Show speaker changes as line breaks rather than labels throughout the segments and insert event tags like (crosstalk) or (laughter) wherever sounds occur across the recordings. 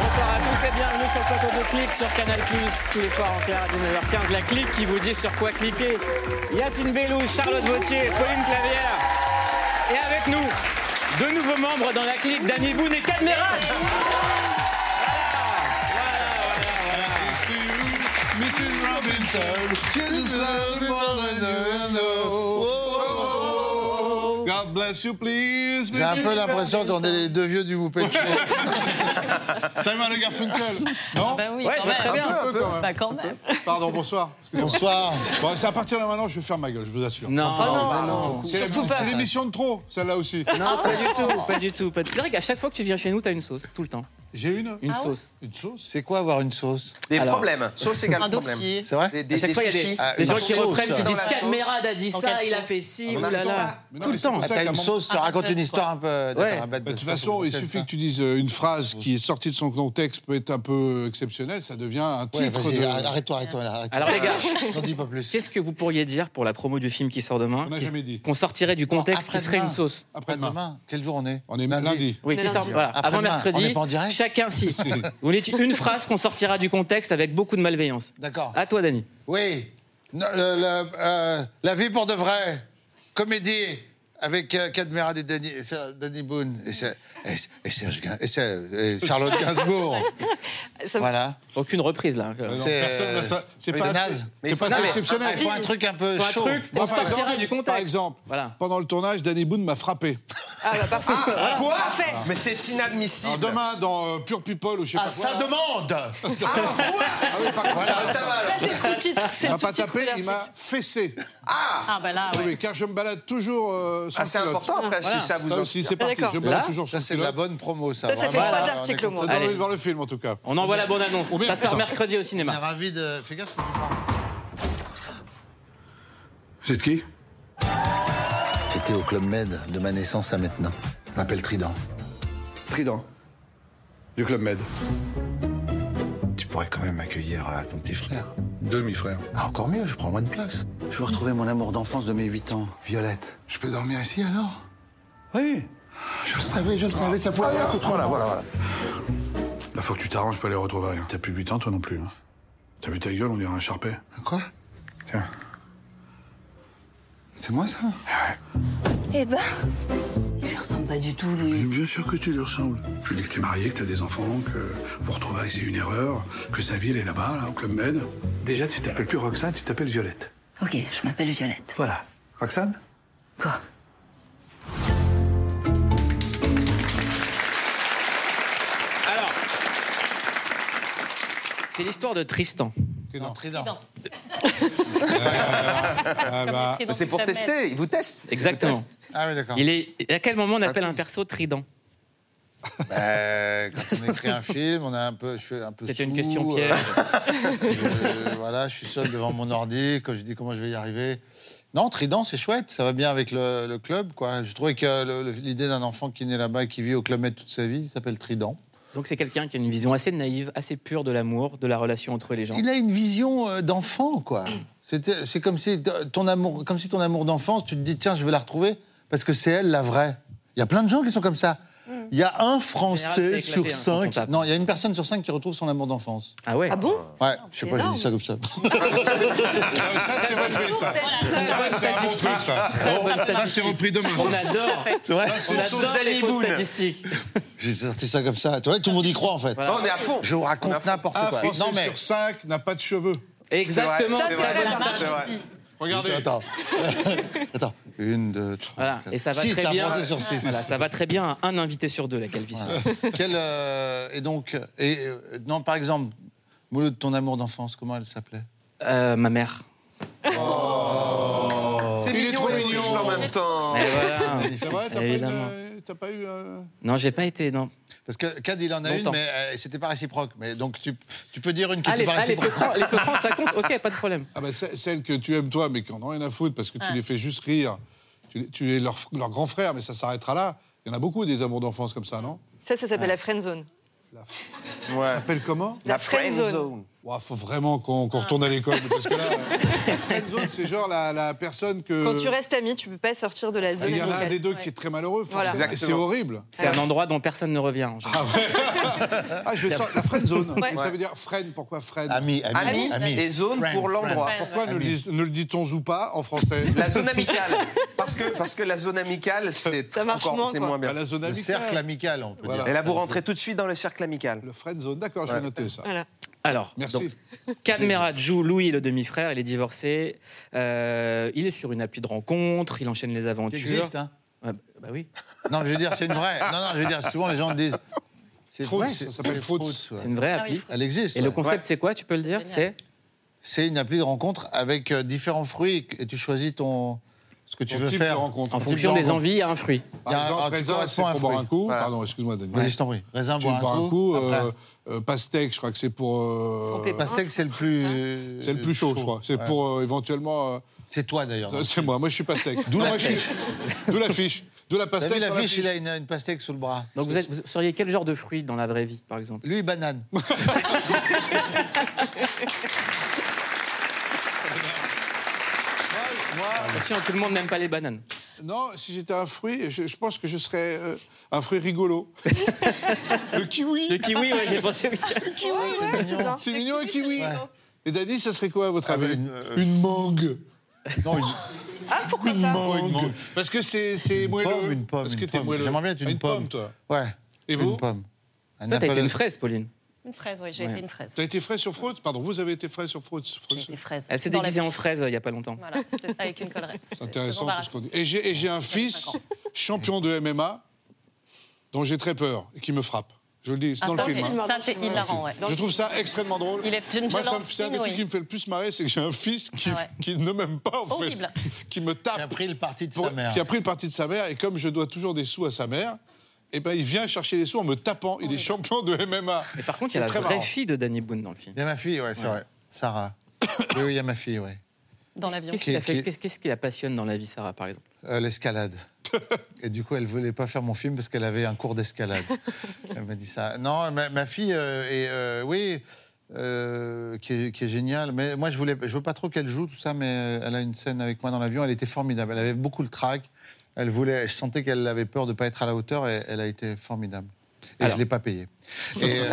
Bonsoir à tous et bienvenue sur le plateau de Clic sur Canal Plus. Tous les soirs en clair à 19h15, la clique qui vous dit sur quoi cliquer. Yacine Bellou, Charlotte Vautier, Pauline Clavière. Et avec nous, deux nouveaux membres dans la clique, Danny Boone et Cadmerat.
Mrs. Robinson, Jesus loves more than you know. Oh, oh, oh. God bless you, please.
J'ai un peu l'impression qu'on est les deux vieux du Moupet
(laughs) Simon Le Garfunkel. Non
Ah
Bah oui,
Ouais,
quand
je vais
même.
très bien.
Un peu, quand même.
Bah quand même.
Pardon, bonsoir.
Bonsoir.
Bon, c'est à partir de maintenant, je vais faire ma gueule, je vous assure.
Non, non, bah non.
C'est la-
Surtout pas.
c'est l'émission de trop, celle-là aussi.
Non, pas du tout, pas du tout. pas du- C'est vrai qu'à chaque fois que tu viens chez nous, t'as une sauce, tout le temps.
J'ai une
Une
Ah ouais
sauce.
(laughs) Une sauce
C'est quoi avoir une sauce
Des
Alors.
problèmes. Sauce égale
Un
problème.
dossier.
C'est vrai
Des, des,
à chaque
des
fois, il y a des,
soucis.
Ah,
des
une
gens qui
sauce.
reprennent, qui
Dans
disent
la sauce.
Cadmerade a dit
En
ça,
caleçon.
il a fait ci, oh
Ah, mais
oulala.
Mais non,
Tout
mais
le
c'est
temps.
pour
ah,
ça
T'as
qu'à
une
mon-
sauce, tu
Ah,
racontes une
ouais.
histoire un peu. d'accord,
Ouais.
un bête
Bah, de toute
sauce,
façon,
on
il
fait
suffit
ça.
que tu dises euh, une phrase qui est sortie de son contexte, peut être un peu exceptionnelle, ça devient un
Ouais,
titre
vas-y,
de.
Arrête-toi, arrête-toi. là, arrête-toi.
Alors, les gars.
n'en dis pas plus.
Qu'est-ce que vous pourriez dire pour la promo du film qui sort demain
On n'a
qui-
jamais dit.
Qu'on sortirait du contexte qui serait
après-demain.
une sauce.
Après
Après-demain.
demain, quel jour on est
On est lundi.
Oui,
Mais
qui sort,
lundi.
voilà, avant
Après-demain, on
mercredi.
n'est pas en direct (laughs)
chacun si. Vous dites une phrase qu'on sortira du contexte avec beaucoup de malveillance.
D'accord.
À toi, Dani.
Oui. Non, euh, la, euh, la vie pour de vrai. Comédie avec euh, Cadmerade et Danny, et Ser- Danny Boone et, Ser- et, et Serge Gain- et Ser- et Charlotte
(laughs)
Gainsbourg.
Ça me-
voilà.
Aucune reprise là.
Ah non,
C'est-
personne n'a ça- C'est
euh, Mais
pas
c'est
assez-
naze.
C'est pas
faut-
assez
non, mais-
Il
exceptionnel.
faut un truc un peu
Faut un
chaud.
truc,
Moi,
on
par
sortira
exemple-
du contexte.
Par exemple,
Voilà.
pendant le tournage, Danny Boone m'a frappé.
Ah bah parfait.
Quoi
Parfait.
Mais c'est inadmissible.
Alors, demain, dans euh, Pure People ou je sais
Ah,
pas quoi.
ça (laughs) demande
Ah oui, par contre,
Ah, ça va alors.
C'est le sous-titre. C'est
Il
le
m'a pas
sous-titre
tapé,
de
il
l'article.
m'a fessé.
Ah bah là,
Oui,
ouais.
oui, car je me balade toujours euh, sans
Ah, c'est
culotte.
important après
Voilà.
si ça vous
Ça
en
aussi, c'est parti.
D'accord.
Je me balade
Là,
toujours sans
Ça, c'est de la
culotte.
bonne promo, ça.
Ça, ça fait
Vraiment,
trois
là, on est
articles au
content.
moins.
Ça donne
Allez.
envie de voir le film, en tout cas.
On envoie la bande-annonce.
Combien-
Ça sort
Attends.
mercredi au
On est
cinéma.
ravis de. Fais gaffe, c'est du pain.
Vous êtes qui
J'étais au Club Med de ma naissance à maintenant. Je m'appelle Trident.
Trident. Du Club Med.
Tu pourrais quand même accueillir euh, ton petit frère.
Demi-frère.
Ah, encore mieux, je prends moins de place. Je veux retrouver mon amour d'enfance de mes 8 ans, Violette.
Je peux dormir ici alors Oui. Je le savais, je le savais, ça pouvait aller un coup trop là, voilà, voilà. Là, Bah, faut que tu t'arranges pour les retrouver. T'as plus 8 ans, toi non plus. hein. T'as vu ta gueule, on dirait un charpé.
Quoi
Tiens.
C'est moi, ça
Eh ben, il lui ressemble pas du tout, lui.
Mais bien sûr que tu lui ressembles. Je lui dis que t'es marié, que t'as des enfants, que vous retrouvez, c'est une erreur, que sa vie, elle est là-bas, là, au Club Med. Déjà, tu t'appelles plus Roxane, tu t'appelles Violette.
Ok, je m'appelle Violette.
Voilà. Roxane
Quoi
Alors. C'est l'histoire de Tristan.
Non, Trident.
Trident.
Ah, bah,
Comme écrit dans
Mais c'est
le
pour
Club Med.
tester, il vous teste.
Exactement.
Ah oui, d'accord.
Il est... À quel moment on appelle
Ah,
un perso Trident
Euh, quand on écrit un film, on a un peu, je suis un peu.
C'était une
sous,
question
euh, (laughs)
piège.
je- euh, voilà, je suis seul devant mon ordi. Quand je dis comment je vais y arriver. Non, Trident, c'est chouette. Ça va bien avec le, le club, quoi. Je trouvais que le- le- l'idée d'un enfant qui est né là-bas, et qui vit au Club Med toute sa vie, il s'appelle Trident.
Donc c'est quelqu'un qui a une vision assez naïve, assez pure de l'amour, de la relation entre les gens.
Il a une vision euh, d'enfant, quoi. C'était- C'est comme si t- ton amour, comme si ton amour d'enfance, tu te dis tiens, je vais la retrouver parce que c'est elle la vraie. Il y a plein de gens qui sont comme ça. Il y a un Français
général, c'est
sur
éclaté, hein, quand on
cinq.
tape.
non, il y a une personne sur cinq qui retrouve son amour d'enfance.
Ah ouais
Ah bon
Ouais, je sais
c'est
pas, j'ai
énorme.
dit ça comme ça.
ah, ça, c'est repris, ça. Ça, c'est un bon truc,
Ah,
ça.
bonne
Ça, Oh, c'est
statistique.
repris demain.
On adore,
(laughs) C'est vrai
on
Sous
adore les
Danny
fausses
Boone.
statistiques.
J'ai sorti ça comme ça. Tu vois, tout le monde y croit en fait.
Non, on est à fond.
Je vous
On a
raconte
fait
n'importe
Un
quoi.
Français
Non mais
sur cinq n'a pas de cheveux.
Exactement.
C'est vrai,
très bonne
c'est
stat.
vrai. c'est vrai.
Regardez.
attends, (laughs) attends. Une, deux, trois.
Voilà,
quatre.
et ça va
Six,
très
ça a
bien.
monté sur six.
Voilà, ça va très bien à un invité sur deux, la calvitie.
(laughs) Quel, euh, et donc, et, euh, non, par exemple, Mouloud, ton amour d'enfance, comment elle s'appelait
Euh, ma mère.
C'est
Il est trop
mignon et
mignon.
horrible en même
Ah,
temps.
Et voilà.
(laughs)
C'est vrai, t'as pas eu.
Évidemment.
euh, T'as pas eu. euh,
Non, j'ai pas été, non.
Parce que Cad, il en a une,
Longtemps.
mais euh, c'était pas réciproque. Mais donc, tu, tu peux dire une qui
Allez,
n'était pas
allez,
réciproque.
Pecran, Ah, les Pecrans, ça compte Ok, pas de problème.
Ah bah, ce- celles que tu aimes toi, mais qui en ont rien à foutre parce que tu les fais juste rire. Tu, les- tu es leur, leur grand frère, mais ça s'arrêtera là. Il y en a beaucoup des amours d'enfance comme ça, non
Ça, ça s'appelle la friendzone.
Ça s'appelle comment
La
friend
friendzone.
zone.
Ouah, faut vraiment qu'on qu'on retourne à l'école. Parce que là,
(laughs)
la friendzone, c'est genre la, la personne
Euh,
que.
Quand tu restes ami, tu peux pas sortir de
Ah,
la zone
Il y en a un
amicale.
des deux
Ouais.
qui est très malheureux.
Voilà.
forcément. Et C'est
Exactement.
horrible.
C'est un endroit dont personne ne revient. en général.
Ah, je vais sortir la friendzone.
Ouais.
Et Ça veut dire friend. Pourquoi friend
Ami,
Ah,
ami,
Amis
ami.
et zone
Friend,
pour l'endroit.
friend.
Pourquoi ne, le dis- ne le dit-on ou pas en français
La zone amicale. Parce que, parce que la zone amicale, c'est
Ça marche
encore-
moins,
c'est
quoi.
moins bien.
Bah, La zone
Le
amicale.
cercle amical, on peut
Voilà.
Et
dire.
là, vous rentrez tout de suite dans le cercle amical.
Le friendzone. D'accord, je vais noter ça.
Voilà.
Ah,
Alors,
Merci.
donc, Cadmerat joue Louis, le demi-frère, il est divorcé. Euh, il est sur une appli de rencontre, il enchaîne les
Qui
aventures.
existe, hein
Ouais, bah oui.
Non, mais je veux dire, c'est une vraie. Non, non, je veux dire, souvent les
(laughs)
gens disent. C'est
Fruits,
Ouais,
ça
c'est-
s'appelle
c'est
Fruits.
ouais.
C'est une vraie
Ah oui,
appli.
faut-
Elle existe.
Et le
ouais.
concept,
Ouais.
c'est quoi Tu peux le dire
Génial.
C'est
C'est une appli de rencontre avec euh, différents fruits et tu choisis ton ce que tu
Ton
veux
type
faire.
de rencontre.
en
Type
fonction
de
des
rencontre.
envies à un fruit.
Il y
Par
a un- un-
exemple,
tu
raisin, c'est
corresponds à un
pour boire
fruit.
un coup.
Voilà.
Pardon, excuse-moi, Daniel.
Vas-y, je t'en prie. Raisin,
Tu bois
bois
un coup.
Après,
euh, euh, pastèque, je crois que c'est pour. euh,
Sans pépins.
Pastèque, c'est le plus. euh,
C'est le plus chaud, je crois. C'est
Ouais.
pour euh, éventuellement. euh,
C'est toi d'ailleurs.
Ça, C'est moi, moi je suis pastèque.
D'où
Moi,
la
je suis- (laughs) D'où la fiche. D'où la
T'as
pastèque.
vu
sur
l'affiche, il a une, une pastèque sous le bras.
Donc vous, êtes- vous seriez quel genre de fruit dans la vraie vie, par exemple
Lui, banane.
Attention, tout le monde n'aime pas les bananes.
Non, si j'étais un fruit, je, je pense que je serais euh, un fruit rigolo. le kiwi.
Le kiwi, ouais, j'ai pensé. oui.
Ouais, c'est bien.
C'est mignon, un kiwi.
Ouais.
Et Dani, ça serait quoi à votre
Ah,
avis
bah, une, euh,
Une mangue.
Non, une
Ah, pourquoi
(laughs)
pas
mangue. Une mangue.
Parce que c'est c'est
Une
moelleux.
pomme, une pomme.
Parce que
une
t'es
pomme.
moelleux.
J'aimerais bien être une,
Ah, pomme. toi.
Ouais.
(laughs) Et vous
Une pomme. Un
Toi, t'as
apple-
été une fraise, Pauline.
Une fraise, oui, j'ai
Ouais.
été une fraise.
T'as été frais sur Fraud Pardon, vous avez été frais sur Fraud. Fraud-
J'ai été fraise.
Elle s'est
Dans la
déguisée en
bouche.
fraise euh, il n'y a pas longtemps.
Voilà, c'était avec une collerette.
C'est intéressant tout ce qu'on dit. Et j'ai et j'ai un fils champion de MMA dont j'ai très peur et qui me frappe. Je le dis, c'est dans le
Ah, ça,
film.
c'est-
hein.
ça, c'est hilarant, ouais.
je trouve ça extrêmement drôle.
Il est d'une
Moi, ça me-
violence
c'est un des trucs
inouïe.
qui me fait le plus marrer, c'est que j'ai un fils qui,
Ah ouais.
qui ne m'aime pas, en fait.
Horrible.
Qui me
Qui a
tape.
pris le parti de
pour-
sa mère.
qui a pris le parti de sa mère. Et comme je dois toujours des sous à sa mère, eh ben, il vient chercher les sous en me tapant. Il est champion de MMA.
Mais par contre, il y
C'est
a la
très
vraie
marrant.
fille de Danny Boone dans le film.
Il y a ma fille, ouais, c'est vrai. Sarah. Oui, oui, il y a ma fille, ouais.
Dans l'avion.
Qu'est-ce qui, la
Qui-
fait-
qui-
qu'est-ce- qu'est-ce qui la passionne dans la vie, Sarah, par exemple
Euh, L'escalade. Et du coup, elle voulait pas faire mon film parce qu'elle avait un cours d'escalade. Elle m'a dit ça. Non, ma, ma fille euh, est, euh, oui, euh, qui, est, qui est géniale. Mais moi, je voulais, je veux pas trop qu'elle joue tout ça, mais euh, elle a une scène avec moi dans l'avion. Elle était formidable. Elle avait beaucoup le trac. Elle voulait. Je sentais qu'elle avait peur de pas être à la hauteur et elle a été formidable. Et je l'ai pas payée. Et, euh,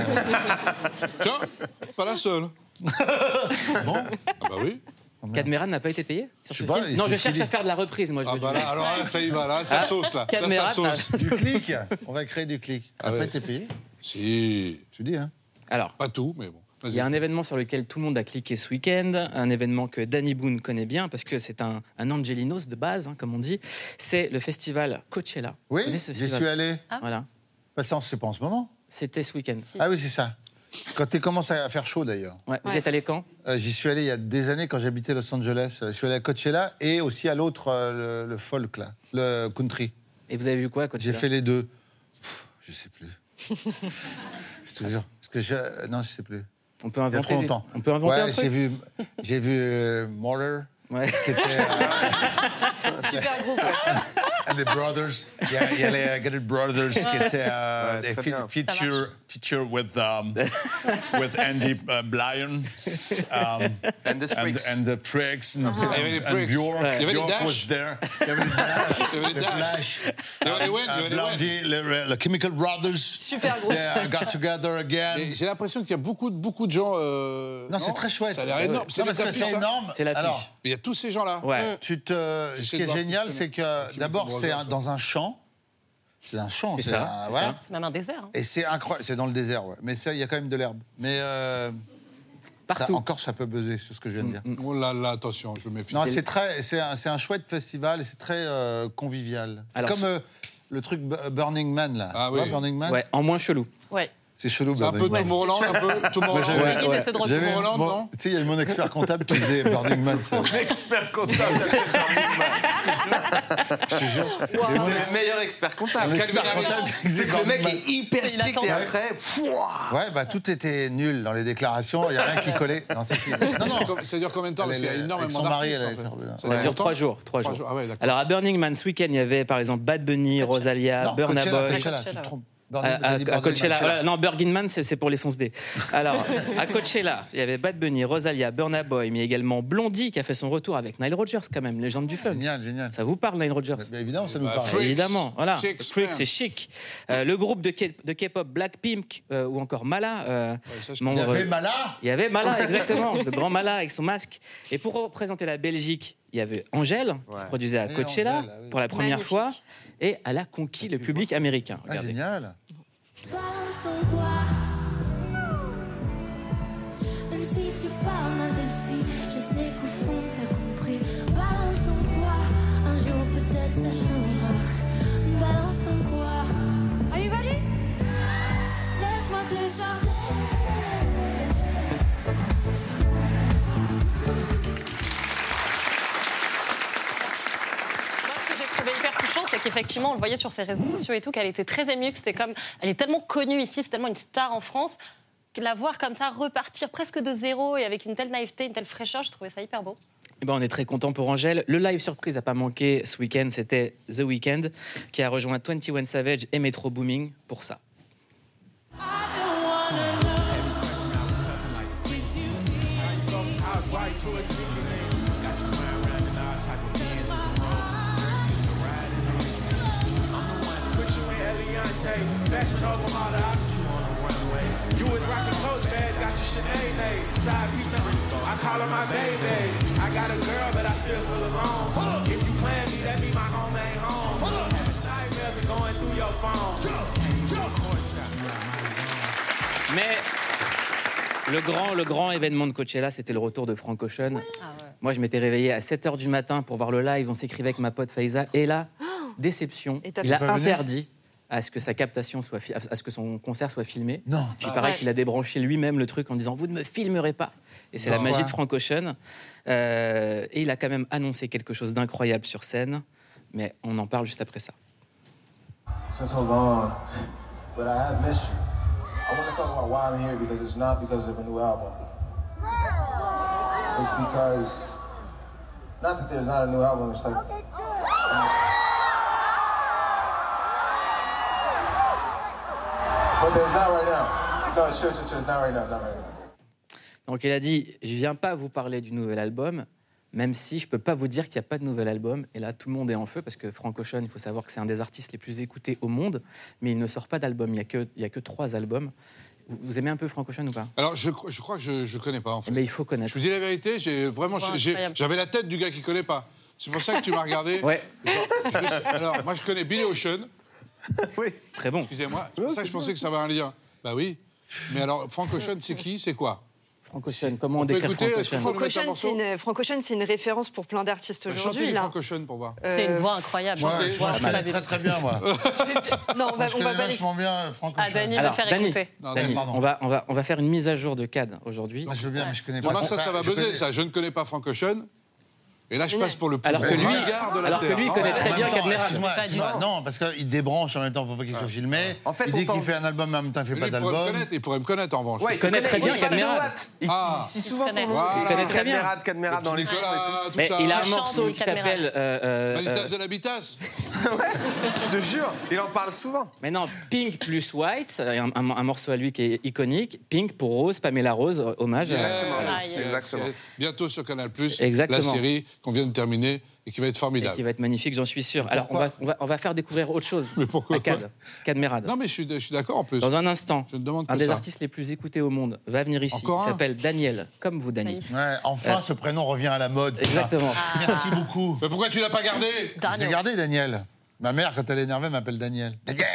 Tiens, pas la seule.
bon,
Ah bah oui.
Cadmeran n'a pas été payé sur
Je
ce
sais pas,
film
il
Non,
s'est
je cherche
filé.
à faire de la reprise, moi, je
Ah
veux
bah
dire.
là, alors là, ça y va, là,
Ah.
ça sauce, là. Là, ça
Cadmerat,
sauce.
du clic. On va créer du clic.
Ah
Après,
ouais.
t'es payé.
Si,
Tu dis, hein.
Alors,
pas tout, mais bon. Vas-y.
il y a un événement sur lequel tout le monde a cliqué ce week-end, un événement que Danny Boone connaît bien parce que c'est un, un Angelinos de base, hein, comme on dit. C'est le festival Coachella. Vous
Oui,
connaissez ce
j'y suis
festival
allé.
Ah.
Voilà,
Parce que c'est pas en ce moment.
c'était ce week-end.
Ah oui, c'est ça. Quand tu commences à faire chaud d'ailleurs.
Ouais, Vous
Ouais.
êtes allé quand
Euh, J'y suis allé il y a des années quand j'habitais Los Angeles. Euh, Je suis allé à Coachella et aussi à l'autre, euh, le, le folk, là, le country.
Et vous avez vu quoi à
J'ai
Coachella
fait les deux. Pff, je sais plus. (laughs) je te jure. Parce que je. euh, Non, je sais plus.
On peut
Il y a
inventer.
trop
des-
longtemps.
On peut inventer
ouais,
un
J'ai
truc.
vu, j'ai vu euh, Mother,
Ouais.
qui était. euh,
Super groupe. ouais.
and the Brothers. Il y a, il y a les Gathered Brothers qui étaient. euh,
Ouais,
des
très
fi-
bien.
feature feature with um, with Andy
euh,
uh, Blyon
(laughs)
um,
And the
and
Spriggs.
and the Pricks and,
Il y avait les
and, and
Pricks.
Bjork.
Il y avait les
Bjork
Dash.
was there.
Il y avait les (laughs) Dash,
Il y avait les
les
Dash.
Flash,
Il y avait les Wen, il y
Uh,
avait les Wen.
Blondie, the, the Chemical
(laughs)
Brothers.
Super groupe.
They got together again.
Mais J'ai l'impression qu'il y a beaucoup, de- beaucoup de gens. euh,
Non, c'est très chouette.
Ça a l'air énorme.
Non, mais
des
C'est
affiches, ça.
énorme.
C'est l'affiche.
Alors,
Mais il y a tous ces gens-là. Mm.
Ouais.
tu te...
J'essaie
Ce
de
qui est
voir
génial,
qui
c'est que
qui
d'abord,
me
c'est un-
regarde,
dans un champ. C'est un champ.
C'est
C'est
ça,
un-
c'est
Ah, voilà.
Ah, C'est même un désert. hein.
Et c'est incroyable. C'est dans le désert, ouais. Mais ça, il y a quand même de l'herbe. Mais euh, ça,
Partout.
encore, ça peut buzzer, c'est ce que je viens de dire.
Oh là là, attention, je me méfie.
Non, c'est très, c'est un, c'est un chouette festival et c'est très euh, convivial. C'est
Alors,
comme
ce-
euh, le truc Bu- Burning Man là.
Ah
Tu vois,
oui.
Burning Man.
Ouais, en moins chelou.
Ouais.
C'est chelou.
C'est un peu
Burning Man.
Tomorrowland, un peu Tomorrowland.
On
Ouais,
ouais,
ouais.
à ce drôle de
J'avais-
moment.
Tomorrowland,
bon,
non
Tu sais, il y a mon expert comptable
(laughs)
qui faisait Burning Man. ça.
Expert comptable.
Mon
C'est le meilleur expert comptable.
expert
Calvin Harris.
comptable qui faisait
C'est que le
Burning
mec
Man.
est hyper
Il
strict
attend.
et après, pouah,
Ouais, bah tout était nul dans les déclarations, il n'y a rien qui collait. Non, c'est- c'est- non, non.
Com- Ça dure combien de temps Parce
Elle,
qu'il y a
elle, avec
énormément
son mari,
d'artistes.
elle
en fait.
est formidable.
Ça
Ça dure
longtemps
trois jours. Trois jours.
Ah ouais, d'accord.
Alors à Burning Man ce week-end, il y avait par exemple Bad Bunny, Rosalia,
Non,
Burna
Coachella,
Boy.
Coachella,
Coachella,
tu te
ouais.
trompes. Burning-
à, à-
Burning-
à
Burning
Coachella.
Man.
Voilà, non, Burning Man, c'est c'est pour les fonces D. Alors, à Coachella, il y avait Bad Bunny, Rosalia, Burna Boy, mais également Blondie qui a fait son retour avec Nile Rodgers, quand même, légende du funk.
Génial, génial.
Ça vous parle, Nile Rodgers
Bien évidemment, ça nous
Bah,
parle.
Freaks,
Évidemment, voilà.
Chicks,
Freak,
man.
c'est chic. Euh, le groupe de K- de K-pop Black Pink euh, ou encore Mala. euh,
ça, je
Il y
membre-
avait Mala Ah,
il y avait Mala, exactement, le grand Mala avec son masque. Et pour représenter la Belgique, il y avait Angèle, qui se produisait à
Et
Coachella
Angèle, ah oui.
pour la première
Magnifique.
fois, et elle a conquis le public américain.
Ah,
Regardez.
génial.
Balance ton poids. Même si tu parles mal des filles, je sais qu'au fond t'as compris. Balance ton poids, un jour peut-être ça changera. Balance ton poids. Are you ready? Laisse-moi te charger.
Moi, ce que j'ai trouvé hyper touchant, c'est qu'effectivement, on le voyait sur ses réseaux sociaux et tout, qu'elle était très émue, que c'était comme. Elle est tellement connue ici, c'est tellement une star en France, que la voir comme ça repartir presque de zéro et avec une telle naïveté, une telle fraîcheur, je trouvais ça hyper beau.
Eh ben, on est très content pour Angèle. Le live surprise n'a pas manqué ce week-end, c'était The Weeknd, qui a rejoint 21 Savage et Metro Booming pour ça. Mais le grand, le grand événement de Coachella, c'était le retour de Frank Ocean.
Ah
Moi, je m'étais réveillé à 7 h du matin pour voir le live. On s'écrivait avec ma pote Faiza. Et là, déception.
Oh Et t'as
il a
pas venu
interdit à ce que sa captation soit, fi- à ce que son concert soit filmé.
Non.
Il paraît
ouais.
qu'il a débranché lui-même le truc en disant vous ne me filmerez pas. Et c'est la
Non.
magie de
Ouais.
Frank Ocean. Euh, et il a quand même annoncé quelque chose d'incroyable sur scène. Mais on en parle juste après ça.
It's been so long, but I have missed you. I want to talk about why I'm here because it's not because of a new album. It's because, not that there's not a new album, it's like. But there's not right now. No, sure, sure, sure, it's not right now, it's not right now.
Donc il a dit je viens pas vous parler du nouvel album, même si je peux pas vous dire qu'il n'y a pas de nouvel album. Et là tout le monde est en feu parce que Frank Ocean, il faut savoir que c'est un des artistes les plus écoutés au monde, mais il ne sort pas d'album. Il y a que il y a que trois albums. Vous, vous aimez un peu Frank Ocean ou pas
Alors, je, cro- je crois que je, je connais pas, en fait.
Mais il faut
Je
connaître.
vous dis la vérité, j'ai vraiment,
Ouais,
j'ai-
incroyable.
j'avais la tête du gars qui connaît pas. C'est pour ça que tu m'as regardé.
Ouais,
Genre, je vais- alors, moi, je connais Billy Ocean.
très bon.
Excusez-moi. C'est pour ça que je pensais que ça avait un lien. Bah oui. Mais alors, Frank Ocean, c'est qui C'est quoi
Frank Ocean, comment on,
On peut
décrit
écouter,
Frank
est-ce qu'on
Ocean
peut-
Frank
Vous voulez mettre un
Ocean, c'est
morceau
une, Frank Ocean, c'est une référence pour plein d'artistes
Bah, Chantez
aujourd'hui.
du
là.
Frank Ocean pour voir.
Euh,
C'est une voix incroyable.
Moi,
Une
je
voix
je connais
incroyable.
très très bien, moi.
Non, on va,
je
on
connais
va pas laisser.
vachement bien euh, Franck
Ah, Dany
Alors,
va faire
Dany.
écouter.
Non,
Dany,
pardon.
on va on va on va faire une mise à jour de CAD aujourd'hui.
Je veux bien, mais je connais pas.
Demain, ça, ça va
Je
buzzer,
connais-
ça. Je ne connais pas Frank Ocean. Et là, je passe pour le plus
Alors
grand
que lui-
ringard de la
alors que
Terre.
lui, il connaît
Ah ouais.
très
En
bien
même temps,
Cadmerade.
excuse-moi,
Pas du
excuse-moi,
tout.
Non, parce qu'il débranche en même temps pour pas qu'il soit filmé.
En fait,
il
on
dit qu'il
pense-
fait un album, mais en même temps, il fait
Mais
pas
il pourrait me
d'album.
connaître, il pourrait me connaître en revanche.
Ouais, il
connaît très bien
il connaît
Cadmerade.
Watt. Il-
Ah.
il- Si
se
souvent
connaît.
qu'on
Voilà.
l'entend.
Il connaît
Cadmerade,
très bien.
Cadmerade dans les sons et tout.
Nicolas, tout
Mais
ça.
il a
La
un
chambre
morceau
du
qui
Cadmerade.
s'appelle euh, euh, euh,
Manitas de l'Habitas.
Je te jure, il en parle souvent.
Mais non, Pink plus White, euh, un, un- un morceau à lui qui est iconique. Pink pour Rose, Pamela Rose, euh, hommage. à-
Yes,
Aïe.
yes,
Exactement.
yes. Bientôt sur Canal+, la
Exactement.
série qu'on vient de terminer et qui va être
et qui
formidable.
va être magnifique, j'en suis sûr. Alors, on va, on, va, on va faire découvrir autre chose
Mais pourquoi
à Cad, Cad Merad.
Non, mais je suis, je suis d'accord en plus.
Dans un instant,
Je ne demande que
un des
ça.
artistes les plus écoutés au monde va venir ici.
Encore
Il
un
s'appelle Daniel, comme vous, Dani.
Oui.
Ouais, enfin, ce prénom revient à la mode. putain.
Exactement.
Merci beaucoup.
Mais pourquoi tu l'as pas gardé
Je l'ai
Daniel.
gardé, Daniel. Ma mère, quand elle est énervée, m'appelle Daniel. Daniel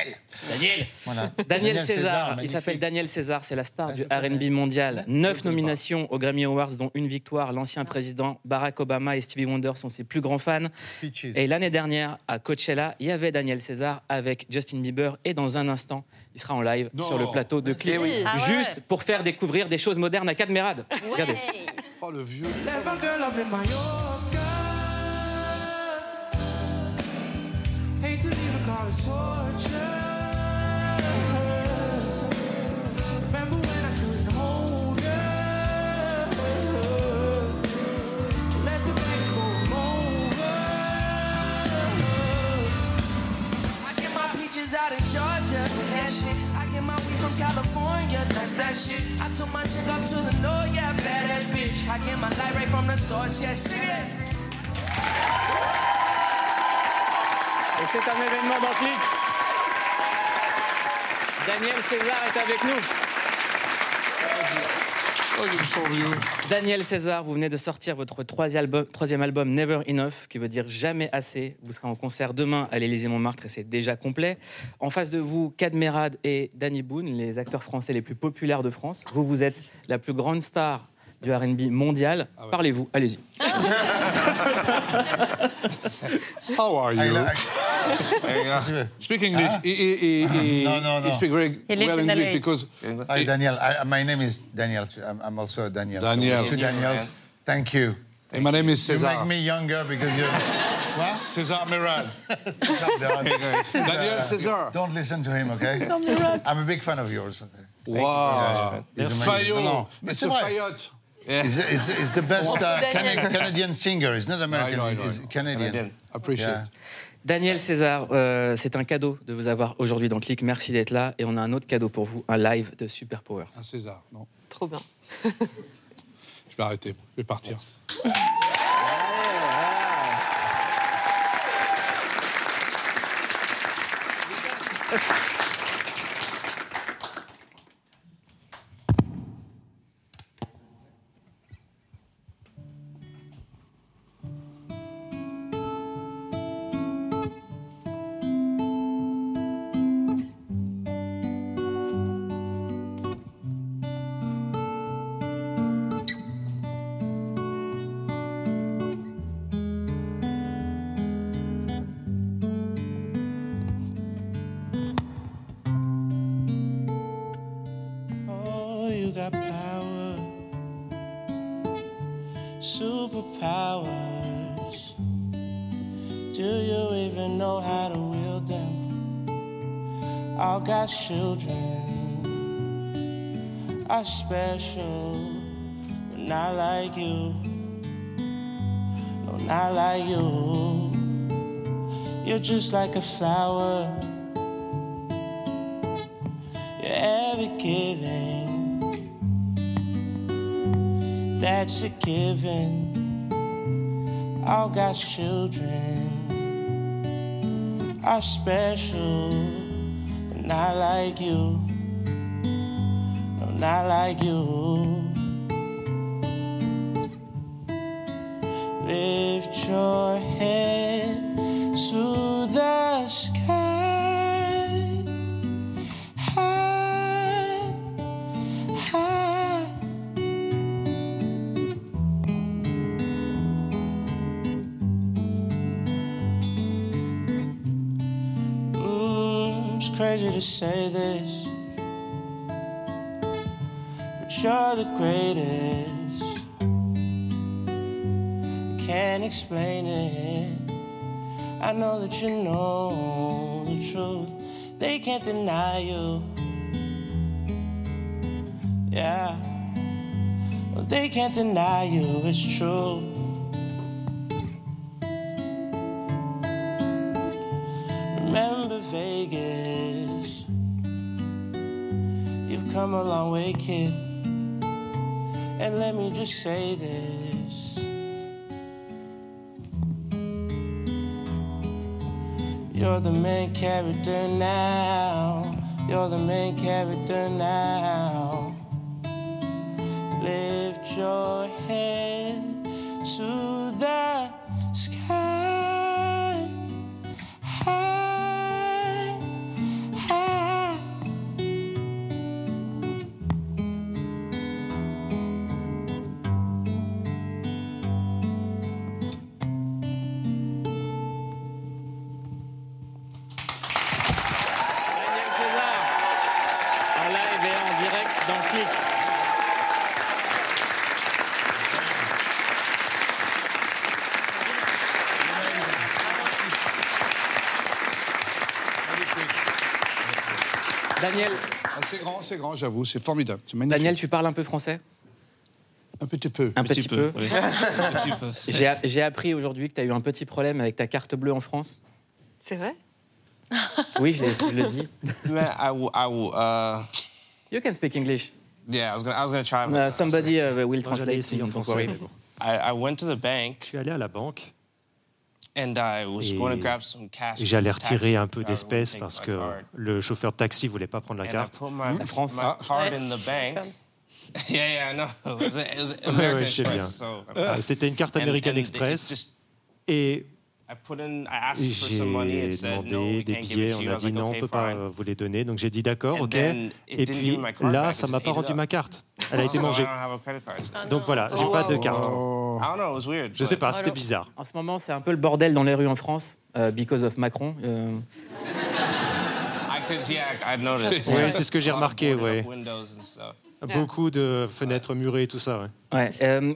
Daniel
Voilà.
(laughs) Daniel César, il
magnifique.
s'appelle Daniel César, c'est la star
Ah,
du
je connais.
RB mondial. Neuf
connais pas.
nominations aux Grammy Awards, dont une victoire.
Ah.
L'ancien président Barack Obama et Stevie Wonder sont ses plus grands fans.
Peaches.
Et l'année dernière, à Coachella, il y avait Daniel César avec Justin Bieber. Et dans un instant, il sera en live
Non.
sur le plateau de Clip,
Eh oui.
Ah ouais.
juste pour faire découvrir des choses modernes à Cadmerade. Regardez.
Hey.
Oh, le vieux.
out in Georgia, and
shit. I get my weed from California, that's that shit. I took my chick up to the north, yeah, badass bitch. I get my light right from the source, yeah, see that shit.
Et c'est un événement dans Click. Daniel César est avec nous.
Daniel César, vous venez de sortir votre troisième album, troisième album Never Enough, qui veut dire jamais assez. Vous serez en concert demain à l'Élysée Montmartre et c'est déjà complet. En face de vous, Kad Merad et Danny Boone, les acteurs français les plus populaires de France. Vous, vous êtes la plus grande star du RB mondial. Parlez-vous, allez-y.
How are
I
you?
like-
Speak English.
Huh?
He, he, he, he,
no, no, no.
he speak very well English because
Hi, Daniel. I, my name is Daniel. Too. I'm, I'm also a Daniel. So
Daniel.
we're two Daniels.
Thank you. And Eh, my name is César.
You make me younger because you're.
(laughs)
What?
César Merad. Daniel César.
Don't listen to him, okay?
César Merad.
I'm a big fan of yours. Thank
Wow.
you very much. He's
They're
amazing.
Fayot.
No, no,
It's
c'est
a
vrai.
Fayot.
He's, he's, he's the best uh,
Daniel.
Cana- Canadian singer. He's not American.
know, I know,
he's
I know.
Canadian.
Canadian. Appreciate.
Yeah.
Daniel César, euh, c'est un cadeau de vous avoir aujourd'hui dans Click. Merci d'être là. Et on a un autre cadeau pour vous, un live de Super Powers.
Un César, Ah, non.
Trop bien.
Je vais arrêter. Je vais partir.
Oh, you got power, superpowers. Do you even know how to wield them? All got children are special, but not like you. No, not like you. You're just like a flower. You're ever giving. That's a given. All God's children are special, but not like you. No, not like you. Lift your head to the sky. High, high. Mm, it's crazy to say this, but you're the greatest. Can't explain it. I know that you know the truth. They can't deny you. Yeah. Well, they can't deny you, it's true. Remember Vegas. You've come a long way, kid. And let me just say this. You're the main character now. You're the main character now. Lift your head to the sky. High, high.
Daniel César, en live et en direct dans Click. Daniel.
Ah, c'est grand, c'est grand, j'avoue. C'est formidable. C'est magnifique.
Daniel, tu parles un peu français
Un petit peu.
Un petit, peu.
(laughs)
oui. Un petit peu.
J'ai a- J'ai appris aujourd'hui que tu as eu un petit problème avec ta carte bleue en France.
C'est vrai
Oui, je, l'ai- je le
(laughs)
dis.
Man, I will. I will uh...
You can speak English.
Yeah, I was gonna. I was gonna try.
Uh, somebody uh, will
Moi, j'allais
translate.
essayer en
don't
français,
worry.
mais bon. I, I went to the bank. Je suis allé à la banque. And I was
Et-
gonna grab some cash.
Et j'allais
from the
retirer
taxi
un peu
driver who
d'espèces
take
parce
my
que
card.
le chauffeur de taxi voulait pas prendre la
And I
carte.
put my, my card in the bank. Yeah, yeah, I know. It was, it was
Ouais,
American
ouais, je sais bien.
Express, so- um,
Euh, C'était une carte
And-
American
and
Express. Et
I put in, I asked for
j'ai
some money. It said, no,
demandé
we
des
can't give it
billets.
to you.
On
I
a
was
dit
like,
non, on
okay,
peut pas
fine.
euh, vous les donner. Donc j'ai dit d'accord,
And
ok.
then it
Et
didn't
puis
give me my card
là,
back,
ça
I just
m'a pas
ate it
rendu
up. Oh,
ma carte. Elle a
So
été
I
mangée.
don't have a credit card.
Donc voilà, j'ai pas de carte.
I don't know, it was weird.
Je sais pas, c'était bizarre.
En ce moment, c'est un peu le bordel dans les rues en France, euh, because of Macron. euh,
I could, yeah, I noticed.
(laughs) Oui, c'est ce que j'ai remarqué, ouais.
Windows and stuff.
Beaucoup de fenêtres murées et tout ça, ouais.
Ouais, euh,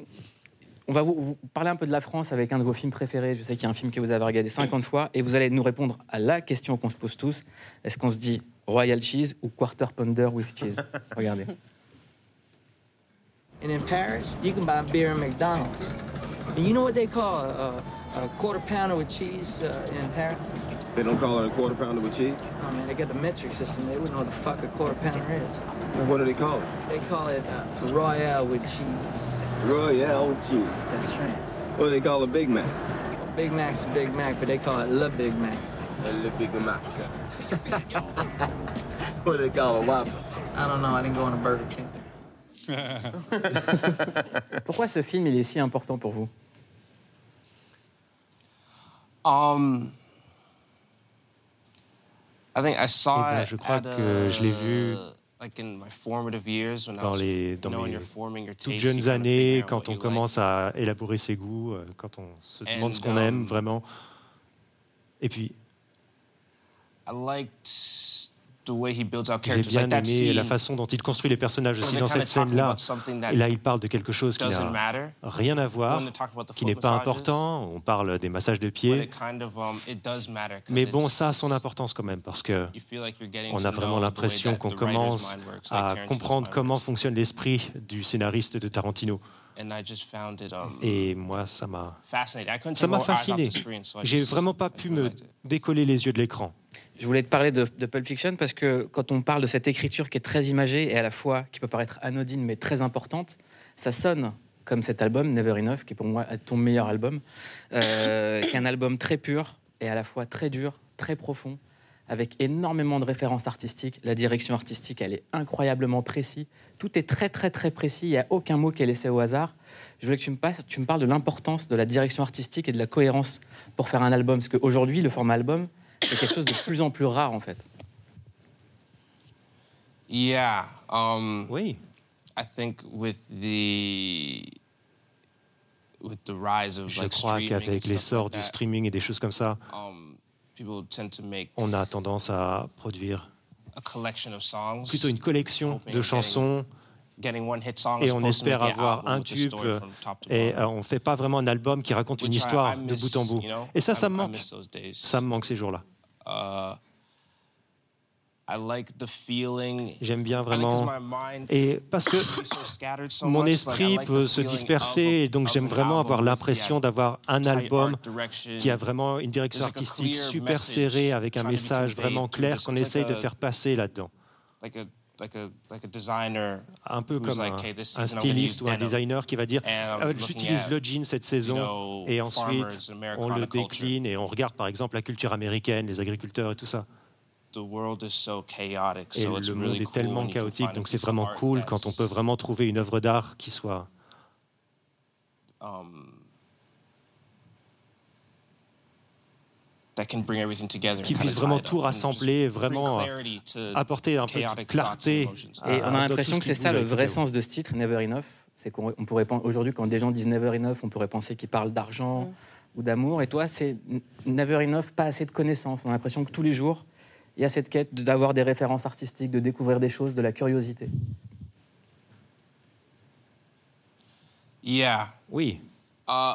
on va vous, vous parler un peu de la France avec un de vos films préférés. Je sais qu'il y a un film que vous avez regardé 50 fois et vous allez nous répondre à la question qu'on se pose tous. Est-ce qu'on se dit Royal Cheese ou Quarter Pounder with Cheese Regardez.
And in Paris, you can buy beer in McDonald's. And you know what they call a, a, a quarter pounder with cheese uh, in Paris?
They don't call it a quarter pounder with cheese.
I mean, they got the metric system. They wouldn't know what the fuck a quarter pounder is.
What do they call it?
They call it uh, a Royale with cheese.
Royale with cheese.
That's right.
What do they call a Big Mac?
Big Mac's a Big Mac, but they call it Le Big Mac.
A Big Mac. what do they call a Whopper?
I don't know. I didn't go on a Burger King.
Pourquoi ce film il est si important pour vous
Um, I think I
Eh
saw
ben,
it
je crois
at,
que je l'ai vu
uh, like in my formative years when I
dans
was,
les
you
dans
know, when
mes
you're forming your
toutes
taste,
jeunes
you kinda
années,
figure out
quand
what
on
you
commence à élaborer ses goûts, euh, quand on se demande ce
And,
qu'on aime
um,
vraiment. Et puis,
like. I liked the way he builds out
j'ai
characters.
bien
like that
aimé
scene
la façon dont il construit les personnages aussi
When
dans
they're
cette
kinda talking
scène-là.
about something that
Et là, il parle de quelque chose qui
doesn't
n'a
matter.
rien à voir,
When they're talking about the
qui
foot
n'est pas
massages,
important. On parle des massages de
where
pied.
it kind of, um, it does matter 'cause
Mais bon,
it's-
ça a son importance quand même, parce que
you feel like you're getting
euh, on
to
a
know the
vraiment
way
l'impression
that
qu'on
the writer's
commence
mind works, like
à
Tarantino's
comprendre
mind
comment fonctionne l'esprit du scénariste de Tarantino.
And I just found it um,
Et moi, ça m'a
fascinating. I couldn't
ça
take
m'a
my eyes off the
fasciné.
screen, so I
J'ai
just-
vraiment pas pu me décoller les yeux de l'écran.
Je voulais te parler de, de Pulp Fiction parce que quand on parle de cette écriture qui est très imagée et à la fois qui peut paraître anodine mais très importante, ça sonne comme cet album Never Enough, qui est pour moi ton meilleur album, euh, (coughs) qui est un album très pur et à la fois très dur, très profond, avec énormément de références artistiques. La direction artistique, elle est incroyablement précise. Tout est très très très précis. Il n'y a aucun mot qui est laissé au hasard. Je voulais que tu me, passes, tu me parles de l'importance de la direction artistique et de la cohérence pour faire un album, parce qu'aujourd'hui, le format album, c'est quelque chose de plus en plus rare en fait.
Yeah. Um, I think with the with the rise of
Je
like
crois
streaming and
qu'avec
stuff
l'essor
like
du
that,
streaming et des choses comme ça,
um, people tend to make
on a tendance à produire
a collection of songs.
plutôt une collection de chansons
Getting one hit song
et
as
on
opposed to
espère
making an
avoir
album
un
with the
tube
story from top to
et
bottom.
euh, on ne fait pas vraiment un album qui raconte une
Which I-
histoire
I
de
miss,
bout en bout.
you know,
Et ça, ça
I-
me
I
manque.
miss those days.
Ça me manque ces jours-là.
Uh, I like the feeling.
J'aime bien
I like 'cause
vraiment.
my mind
Et parce que
can be so scattered so
mon
much, but I
esprit
like the
peut euh, se
feeling
disperser
of a-
et donc
of
j'aime
an
vraiment
album
avoir
with the
l'impression
art
d'avoir un
tight art
album
direction.
qui a vraiment une direction
There's like a
artistique
clear
super
message
serrée avec un
trying to be
message
conveyed
vraiment
through
clair
this.
qu'on
It's like
essaye de
a-
faire passer là-dedans.
like a like a like a designer
Un peu
who's
comme
like,
un,
"Hey, this season I'm gonna
un
use
styliste ou un
denim."
designer qui va dire
And I'm
Euh,
looking
j'utilise
at,
le jean cette saison
you know,
et
farmers and
ensuite on
Americana
le
culture.
décline et on regarde par exemple la culture américaine, les agriculteurs et tout ça.
The world is so chaotic,
Et
so it's
le monde
really
est
cool when
tellement
you can
chaotique,
find a
donc c'est
piece of
vraiment
art
cool
that's,
quand on peut vraiment trouver une œuvre d'art qui soit.
um, that can bring everything together
qui
and
puisse
kinda
vraiment
tie it up
tout
and just
rassembler,
bring
vraiment
clarity to
apporter un peu de
chaotic
clarté.
thoughts and emotions. Uh,
Et on
à- à
a
Ah, tout
l'impression
ce
que
qui
c'est ça
bouge
le
avec
vrai
vidéo.
sens de ce titre, Never Enough. C'est qu'on on pourrait pen- aujourd'hui quand des gens disent Never Enough, on pourrait penser qu'ils parlent d'argent ou d'amour. Et toi, c'est n- Never Enough, pas assez de connaissances. On a l'impression que tous les jours, il y a cette quête de- d'avoir des références artistiques, de découvrir des choses, de la curiosité.
Yeah.
Oui.
Uh,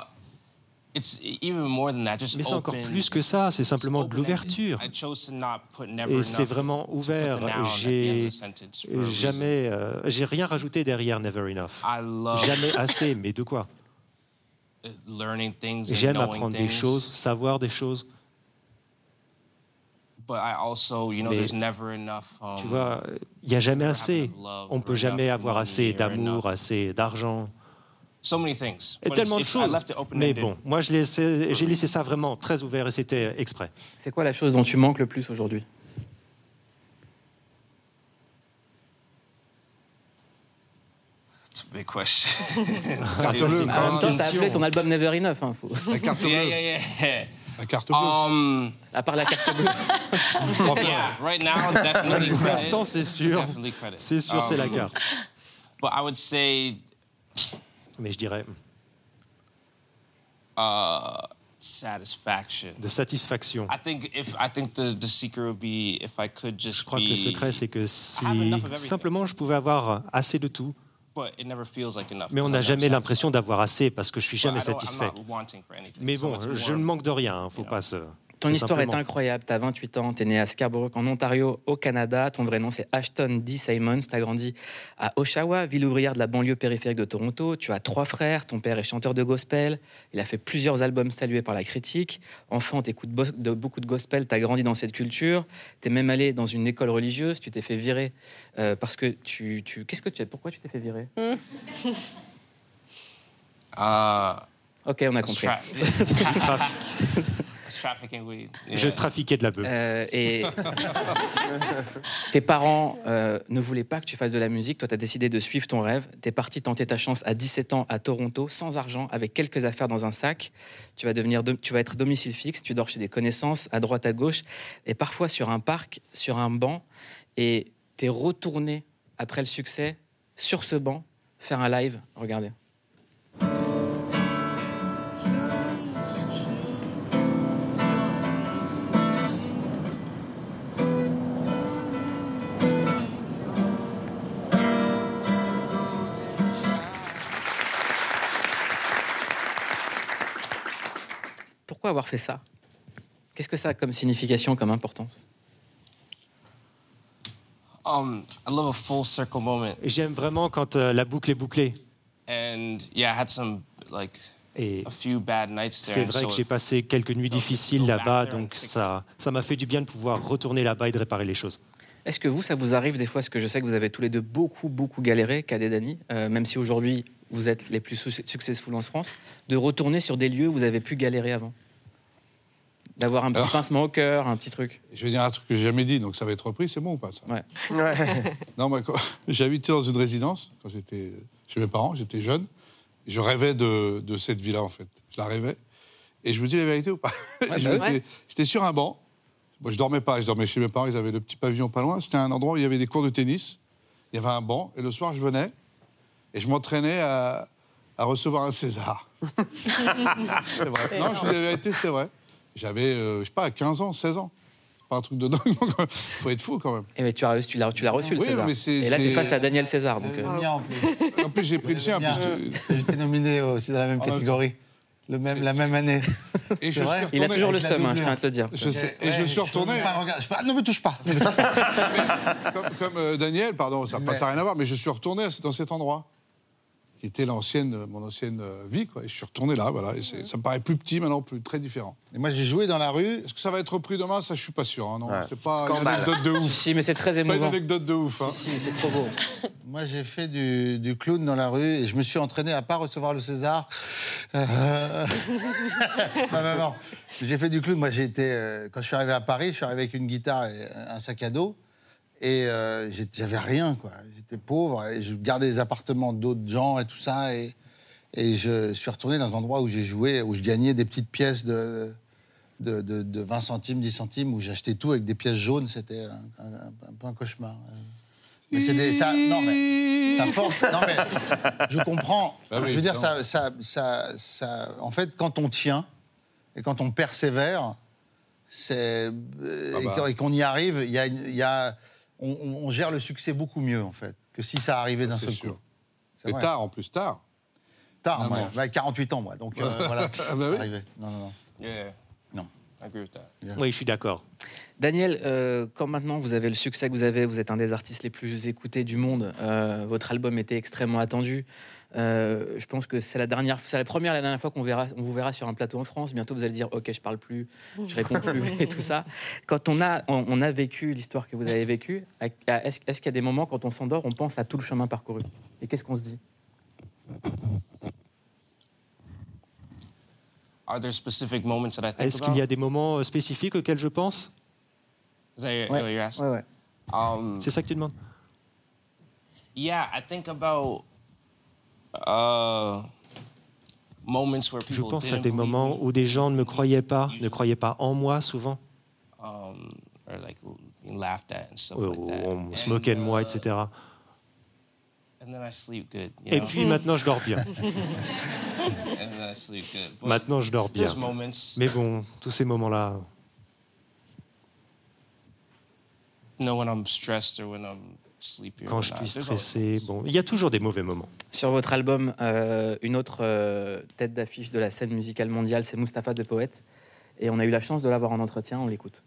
it's even more than that. Just
Mais c'est encore
open-
plus que ça, c'est simplement de l'ouverture.
I chose to not put never
Et c'est
enough
vraiment ouvert.
to put the noun at the end of
J'ai euh,
the sentence for a reason.
jamais, euh, j'ai rien rajouté derrière Never
I
Enough.
love-
Jamais assez, mais
(laughs)
de quoi
learning things and
J'aime
knowing
apprendre des
things.
choses, savoir des choses.
but I also, you know,
Mais
there's never enough. Um,
Tu vois, il n'y a jamais assez. On ne peut jamais avoir assez d'amour, assez d'argent.
so many things.
Et
But it's-
tellement de
it's- I
choses.
left it
Mais
open-ended.
bon, moi, je l'ai laissé- j'ai laissé ça vraiment très ouvert et c'était exprès.
C'est quoi la chose dont tu manques le plus aujourd'hui
It's a big question. Ah,
Enfin, c'est- c'est- En même temps, t'as appelé ton album Never Enough. hein, faut-
Yeah, yeah, yeah. (laughs)
La carte
bleue.
(laughs)
À part la carte bleue.
yeah, right
(laughs)
now, definitely
Pour
credit.
l'instant, c'est sûr.
Definitely credit.
C'est sûr, c'est la
Um,
carte.
But I would say
Mais je dirais
uh, satisfaction.
de satisfaction.
I think if I think the the secret would be if I could just
Je crois que le
be,
secret, c'est que si
have enough of everything.
simplement je pouvais avoir assez de tout,
but it never feels like enough.
mais on n'a
because I'm
jamais
never
l'impression d'avoir assez parce que je suis
satisfied. But
jamais
I don't-
satisfait.
I'm not wanting for anything.
Mais
so
bon,
much
je
more.
ne manque de rien, hein, faut pas se.
Ton
c'est
histoire
simplement-
est incroyable. T'as 28 ans, t'es né à Scarborough, en Ontario, au Canada. Ton vrai nom, c'est Ashton D. Simons. T'as grandi à Oshawa, ville ouvrière de la banlieue périphérique de Toronto. Tu as trois frères. Ton père est chanteur de gospel. Il a fait plusieurs albums salués par la critique. Enfant, t'écoutes bo- de- beaucoup de gospel. T'as grandi dans cette culture. T'es même allé dans une école religieuse. Tu t'es fait virer euh, parce que tu. tu... Qu'est-ce que tu as Pourquoi tu t'es fait virer
Ah.
Ok, on a
It's
compris.
tra-
Du trafic.
It's trafficking weed. Yeah.
Je trafiquais de la bœuf.
Euh, et tes parents euh, ne voulaient pas que tu fasses de la musique. Toi, tu as décidé de suivre ton rêve. Tu es parti tenter ta chance à 17 ans à Toronto, sans argent, avec quelques affaires dans un sac. Tu vas, devenir dom- tu vas être domicile fixe. Tu dors chez des connaissances, à droite, à gauche, et parfois sur un parc, sur un banc. Et tu es retourné après le succès sur ce banc faire un live. Regardez. Pourquoi avoir fait ça Qu'est-ce que ça a comme signification, comme importance
Um, I love a full circle moment.
J'aime vraiment quand euh, la boucle est bouclée.
And yeah, I had some like
Et
a few bad nights there.
c'est
and
vrai
so
que j'ai
it-
passé quelques nuits difficiles là-bas, donc ça ça m'a fait du bien de pouvoir retourner là-bas et de réparer les choses.
Est-ce que vous, ça vous arrive des fois, parce que je sais que vous avez tous les deux beaucoup, beaucoup galéré, Kad et Dani, euh, même si aujourd'hui vous êtes les plus suc- successful en France, de retourner sur des lieux où vous avez pu galérer avant D'avoir un petit
Alors-
pincement au cœur, un petit truc.
Je vais dire un truc que j'ai jamais dit, donc ça va être repris, c'est bon ou pas ça
Ouais.
non, moi, quand- (laughs) j'ai habité dans une résidence quand j'étais chez mes parents, j'étais jeune. Je rêvais de, de cette vie-là, en fait. Je la rêvais. Et je vous dis la vérité ou pas (laughs)
bah
Je
ouais.
m'étais- J'étais sur un banc. Moi, je dormais pas, je dormais chez mes parents, ils avaient le petit pavillon pas loin. C'était un endroit où il y avait des cours de tennis, il y avait un banc, et le soir, je venais et je m'entraînais à, à recevoir
(laughs)
un César. C'est vrai. Non, je vous dis la vérité, c'est vrai. J'avais, euh, je sais pas, 15 ans, 16 ans. C'est Pas un truc de dingue. (laughs) donc, euh, Faut être fou quand même.
Et Eh mais tu, as reçu, tu, l'as, tu l'as reçu, le
Oui,
César.
mais c'est-
et là, tu es
c'est-
face à Daniel César. Donc, euh,
En plus, j'ai pris le sien. en plus,
J'étais nominé aussi dans la
Ah,
même catégorie. Le même, la même année.
Et je
C'est
suis
vrai
retourné avec la
hein,
doublure. Je sais. Et je suis
Ouais,
retourné. hein.
peux pas regarder- je peux- ah, non, me touche pas.
comme comme, euh, Daniel, pardon, ça n'a rien à voir, mais je suis retourné à- dans cet endroit qui était l'ancienne, mon ancienne euh, vie. Quoi. Et je suis retourné là, voilà. Et c'est- ça me paraît plus petit maintenant, plus très différent.
Et moi, j'ai joué dans la rue. (laughs)
Est-ce que ça va être repris demain Ça, je suis pas sûr. hein, non,
Ouais.
c'est pas une
Scandale.
anecdote de ouf.
Si, mais c'est très
C'est pas une
émouvant.
anecdote de ouf. hein.
c'est trop beau.
Moi, j'ai fait du, du clown dans la rue et je me suis entraîné à pas recevoir le César. Euh, non, non, non. (laughs) J'ai fait du clown. Moi, j'ai été, euh, quand je suis arrivé à Paris, je suis arrivé avec une guitare et un sac à dos. Et euh, j'ai- j'avais rien, quoi. J'étais pauvre. Et je gardais les appartements d'autres gens et tout ça. Et, et je suis retourné dans un endroit où j'ai joué, où je gagnais des petites pièces de, de, de- de 20 centimes, 10 centimes, où j'achetais tout avec des pièces jaunes. C'était un, un- un peu un cauchemar. Euh, Mais c'est des. Ça, non, mais. Ça forme. Non, mais. Je comprends.
Bah oui,
je veux dire,
évidemment.
ça, ça, ça, ça- En fait, quand on tient et quand on persévère, c'est. euh,
Ah
et
bah.
qu'on- Et qu'on y arrive, il y a. une- il y a- on, on- on gère le succès beaucoup mieux, en fait, que si ça arrivait d'un
C'est
seul
sûr.
coup. C'est
Et
vrai.
tard, en plus, tard.
Tard,
Non,
moi,
non.
j'avais 48 ans, moi. Donc, euh, voilà.
(laughs) Ah bah oui.
Arrivé. Non, non, non.
Yeah.
Non.
I agree with that.
Oui, je suis d'accord.
Daniel, euh, quand maintenant vous avez le succès que vous avez, vous êtes un des artistes les plus écoutés du monde. euh, votre album était extrêmement attendu. Euh, je pense que c'est la dernière, c'est la première, et la dernière fois qu'on verra, on vous verra sur un plateau en France. Bientôt, vous allez dire OK, je parle plus, je réponds plus et tout ça. Quand on a, on, on a vécu l'histoire que vous avez vécue, à- à- est-ce est-ce qu'il y a des moments quand on s'endort, on pense à tout le chemin parcouru Et qu'est-ce qu'on se dit
Are there specific moments that I think
Est-ce qu'il
about?
y a des moments euh, spécifiques auxquels je pense
Is that
Ouais,
what you're asking?
ouais,
Um,
C'est ça que tu demandes
Yeah, I think about uh, moments where
Je
people
pense à
didn't
des moments où des gens ne me croyaient pas, ne croyaient pas en moi souvent.
um, or like being laughed at and stuff
où
like that.
on se moquait de moi, etc.
And then I sleep good. you
Et
know?
puis maintenant, je dors
(laughs)
bien.
And then I sleep good. But
Maintenant, je dors bien.
those moments,
Mais bon, tous ces moments-là,
you know, when I'm stressed or when I'm sleepy. or
quand je
whatnot,
suis
there's always-
stressé, bon, il y a toujours des mauvais moments.
Sur votre album, euh, une autre euh, tête d'affiche de la scène musicale mondiale, c'est Mustapha de Poète. Et on a eu la chance de l'avoir en entretien, on l'écoute.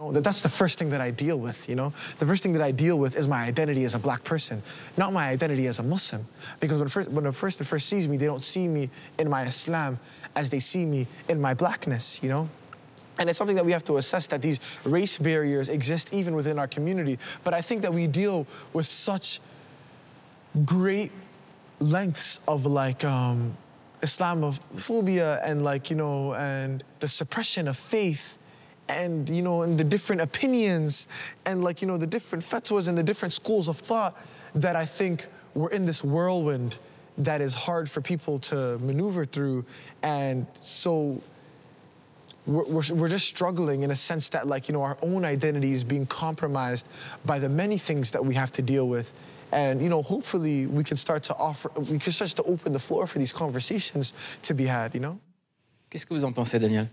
No, that- That's the first thing that I deal with, you know? The first thing that I deal with is my identity as a black person, not my identity as a Muslim. Because when, first, when a person first sees me, they don't see me in my Islam as they see me in my blackness, you know? And it's something that we have to assess that these race barriers exist even within our community. But I think that we deal with such great lengths of like um, Islamophobia and like you know and the suppression of faith and you know and the different opinions and like you know the different fatwas and the different schools of thought that I think we're in this whirlwind that is hard for people to maneuver through and so we're, we're, we're just struggling in a sense that like you know our own identity is being compromised by the many things that we have to deal with and you know hopefully we can start to offer we can start to open the floor for these conversations to be had you know
Qu'est-ce que vous en pensez, Daniel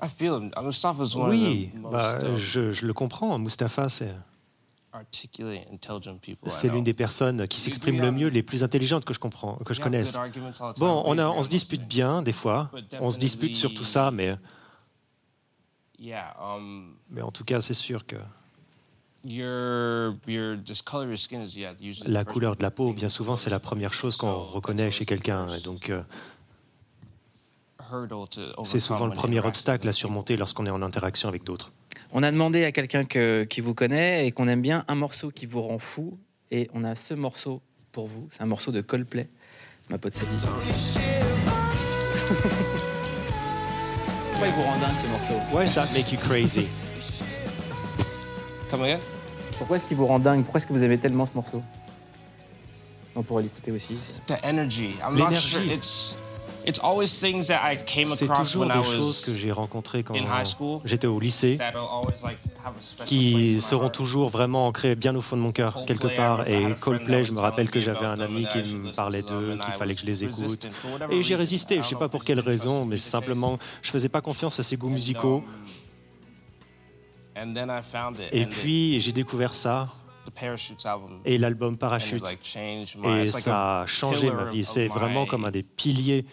I feel him. Mustafa's one
Oui,
of the
bah,
most um,
je, je le comprends. Mustapha, c'est
articulate, intelligent people. I
c'est
know.
l'une des personnes qui s'exprime le mieux, les plus intelligentes que je comprends, que
We
je
have good
connaisse.
arguments all the time.
Bon, on,
We agree
a- on
on
se dispute bien des fois.
But
On se dispute sur tout ça, mais,
Yeah. Um,
mais en tout cas, c'est sûr que
your your this color of your skin is yeah usually
la
the first
couleur de la peau, bien souvent, c'est la première chose qu'on reconnaît chez quelqu'un. Et donc, euh,
hurdle to overcome.
c'est souvent le
when you
premier
interact.
obstacle à surmonter lorsqu'on est en interaction avec d'autres.
On a demandé à quelqu'un que- qui vous connaît et qu'on aime bien un morceau qui vous rend fou. Et on a ce morceau pour vous. C'est un morceau de Coldplay, ma pote Sally. (laughs) Pourquoi il vous rend dingue ce morceau
Why does that make you crazy (laughs)
Come again?
Pourquoi est-ce qu'il vous rend dingue Pourquoi est-ce que vous aimez tellement ce morceau On pourrait l'écouter aussi.
The energy. I'm not sure.
L'énergie.
It's it's always things that I came
C'est
across
toujours
when I
des choses
was
que j'ai rencontrées quand
in high school.
j'étais au lycée,
that'll always like have a special
Oh. qui seront toujours vraiment ancrées bien au fond de mon cœur, quelque part. Et Coldplay, je me rappelle que j'avais un ami qui me parlait d'eux, qu'il fallait que je les écoute. Et j'ai résisté, je ne sais pas pour quelle raison, mais simplement, je ne faisais pas confiance à ses goûts musicaux.
And then I found it.
Et
um, and
puis, j'ai découvert ça,
the, the Parachutes album.
et l'album
And
Parachute.
it, like, changed my-
Et
it's like
ça
a
a changé ma
pillar
vie.
of
C'est
my-
vraiment comme un des piliers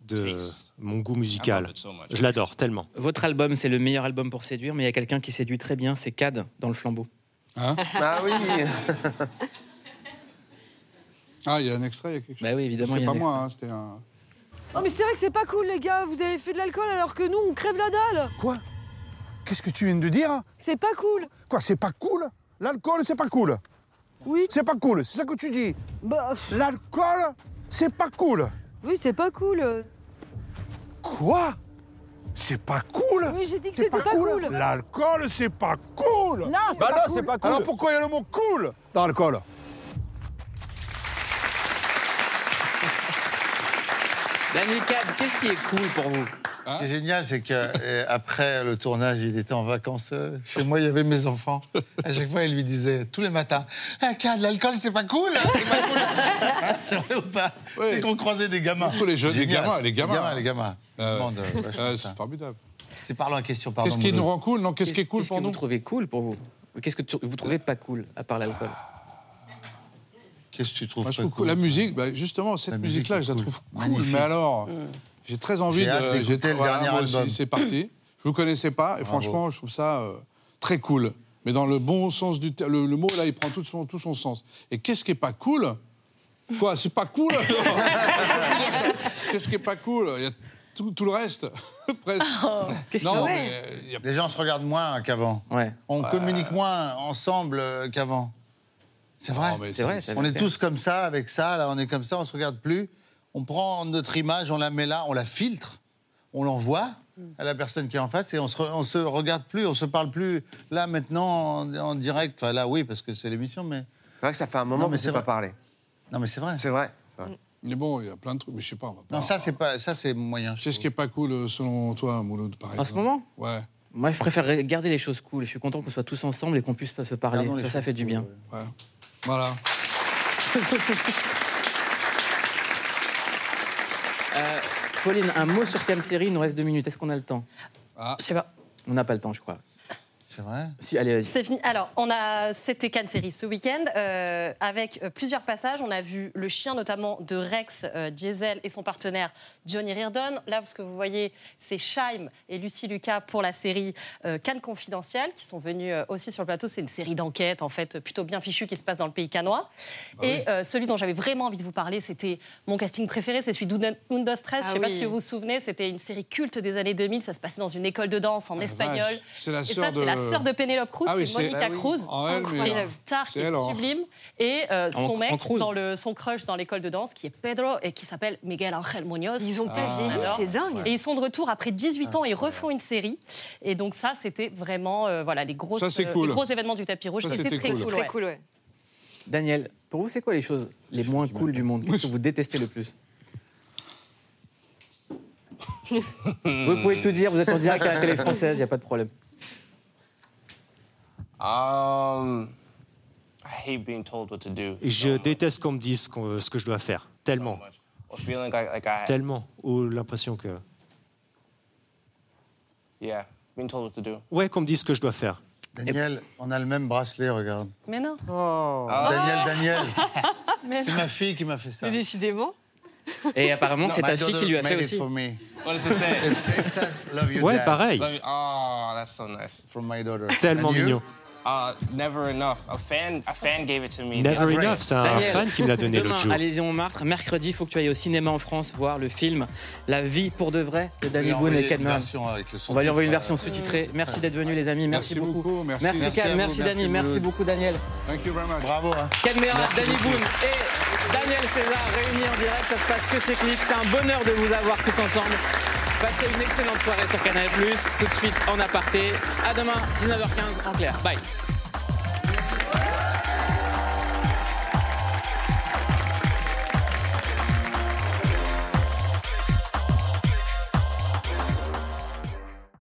de mon goût musical. Je l'adore tellement.
Votre album, c'est le meilleur album pour séduire, mais il y a quelqu'un qui séduit très bien, c'est Cad dans le flambeau.
Ah oui
Ah, il y a un extrait, il y a quelque chose.
Bah oui, évidemment, il
C'est
y a
pas
un
moi, hein, c'était un.
Non mais c'est vrai que c'est pas cool les gars, vous avez fait de l'alcool alors que nous on crève la dalle
Quoi Qu'est-ce que tu viens de dire
C'est pas cool
Quoi, c'est pas cool L'alcool, c'est pas cool
Oui.
C'est pas cool, c'est ça que tu dis
Bah...
L'alcool, c'est pas cool
Oui c'est pas cool
Quoi C'est pas cool
Oui j'ai dit que c'était pas, cool,
L'alcool, c'est pas cool
Non, c'est Bah pas non, cool. c'est pas cool.
Alors pourquoi il y a le mot cool dans l'alcool
hein.
Daniel Cad, qu'est-ce qui est cool pour vous
Ah.
Ce qui est génial, c'est qu'après le tournage, il était en vacances euh, chez moi, il y avait mes enfants. À chaque fois, il lui disait tous les matins Ah, Cad, l'alcool, c'est pas cool hein, C'est pas cool (laughs) Hein, C'est vrai ou pas Dès qu'on croisait des gamins.
Beaucoup, les jeunes, les
Génial.
gamins, les gamins.
Les gamins, les gamins.
Ah ouais.
Demande, euh, vachement
Ah,
ça.
c'est formidable.
C'est parlant la question, pardon.
Qu'est-ce qui
Moulin.
nous rend cool Non, qu'est-ce qui est cool
Qu'est-ce
pour
que vous
nous
trouvez cool pour vous Qu'est-ce que tu- vous trouvez pas cool, à part l'alcool
Ah.
Qu'est-ce que tu trouves
Moi, je trouve cool. La musique, bah, justement, cette musique-là, je la trouve cool.
Magnifique.
Mm.
Mais alors, J'ai très envie
J'ai
de.
hâte d'écouter
j'ai-
le
voilà,
dernier
moi aussi,
album.
C'est parti. Je vous connaissais pas et
Bravo.
franchement, je trouve ça euh, très cool. Mais dans le bon sens du terme, le, le mot là, il prend tout son, tout son sens. Et qu'est-ce qui est pas cool Quoi C'est pas cool (laughs) Qu'est-ce qui est pas cool Il y a tout, tout le reste, (laughs) presque.
Oh,
Non, mais, euh,
Les gens se regardent moins qu'avant. On
Euh,
communique moins ensemble euh, qu'avant. C'est vrai.
Non, mais C'est c'est- vrai, ça
on
veut
est
dire.
tous comme ça, avec ça. Là, on est comme ça, on se regarde plus. On prend notre image, on la met là, on la filtre, on l'envoie à la personne qui est en face et on se, re- on se regarde plus, on se parle plus. Là, maintenant, en, en direct. Enfin, là, oui, parce que c'est l'émission, mais. C'est vrai que ça fait un
moment qu'on s'est pas
parlé. Non, mais c'est vrai. C'est vrai.
Mais bon, il y a plein de trucs, mais je sais pas. on va pas-
Non, ça, c'est pas, ça, c'est moyen.
Qu'est-ce qui est pas cool euh, selon toi, Mouloud, par exemple
En ce moment
Ouais.
Moi, je préfère garder les choses cool. Je suis content qu'on soit tous ensemble et qu'on puisse se parler.
Gardons les
Ça, ça
choses
fait du bien.
Voilà.
Euh, Pauline, un mot sur Cam Série. Il nous reste deux minutes. Est-ce qu'on a le temps
Ah.
Je sais pas.
On n'a pas le temps, je crois.
C'est vrai
Si, allez, vas-y.
C'est fini. Alors, on a c'était Cannes Série ce week-end euh, avec euh, plusieurs passages. On a vu le chien notamment de Rex euh, Diesel et son partenaire Johnny Reardon. Là, ce que vous voyez, c'est Scheim et Lucie Lucas pour la série euh, Cannes Confidentielle qui sont venus euh, aussi sur le plateau. C'est une série d'enquête en fait plutôt bien fichue qui se passe dans le pays canois. et euh, celui dont j'avais vraiment envie de vous parler, c'était mon casting préféré, c'est celui d'Undo Stress.
Ah
Je sais pas
oui.
si vous vous souvenez, c'était une série culte des années 2000. Ça se passait dans une école de danse en espagnol.
vache. C'est la
Et
sœur
ça, c'est
de-
la sœur de Pénélope Cruz,
Ah oui,
c'est
c'est-
Monica
Ah oui.
Cruz,
En elle, mais
qui est
alors,
une star
c'est
qui est
elle, hein. alors.
sublime, et euh, son
En- en
mec
Cruz.
dans le son crush dans l'école de danse, qui est Pedro et qui s'appelle Miguel Angel Munoz.
Ils ont pas
Ah.
vieilli,
Alors,
c'est dingue.
Et ils sont de retour après
Ah,
18 ans, ils refont une série, et donc ça, c'était vraiment euh, voilà les grosses
Ça, c'est
euh,
cool.
les gros événements du tapis rouge.
Ça,
et
c'était
c'est très
cool.
cool.
Très
ouais.
cool, ouais.
Daniel, pour vous, c'est quoi les choses les moins cool du monde Qu'est-ce que vous détestez le plus Vous pouvez tout dire, vous êtes en direct à la télé française, il n'y a pas de problème.
Um, I hate being told what to do.
Je déteste qu'on me dise ce qu'on- ce que je dois faire. Tellement.
Or feeling like, like I.
Tellement. Ou l'impression que.
Yeah, being told what to do.
Ouais, qu'on me dise ce que je dois faire.
Daniel, on a le même bracelet, regarde.
Mais non.
Oh.
Daniel,
(laughs)
Daniel.
Mais
C'est
non.
ma fille qui m'a fait ça.
décidément.
Et apparemment, c'est ta fille qui lui a fait
made
aussi.
It for me.
What does it say?
It's- it says, love you,
Ouais,
Dad.
pareil.
Love you. Oh, that's so nice.
From my daughter.
Tellement
And you?
mignon.
Uh, never enough. A fan, a fan gave it to me. the
Never
other day.
enough, c'est un
Daniel,
fan qui me l'a donné
demain,
l'autre jour.
Allez-y, on martre. Mercredi, il faut que tu ailles au cinéma en France voir le film La vie pour de vrai de
lui
Danny
a
Boone
envoyé
et
une
Cadman.
version avec le
On va lui envoyer une version
sous-titre,
sous-titrée. Merci d'être venu, les amis. Merci,
Merci
beaucoup.
beaucoup, merci.
merci
Merci à
Cam,
vous,
merci
merci
Dani, merci
Mouloud.
beaucoup Daniel.
Thank you very much.
Bravo. hein.
Cadméra,
Merci
Danny
beaucoup.
Boone.
et Daniel César réunis en direct. Ça se passe que chez Click. C'est un bonheur de vous avoir tous ensemble. Passez une excellente soirée sur Canal+. Tout de suite en aparté. À demain, 19h15 en clair. Bye.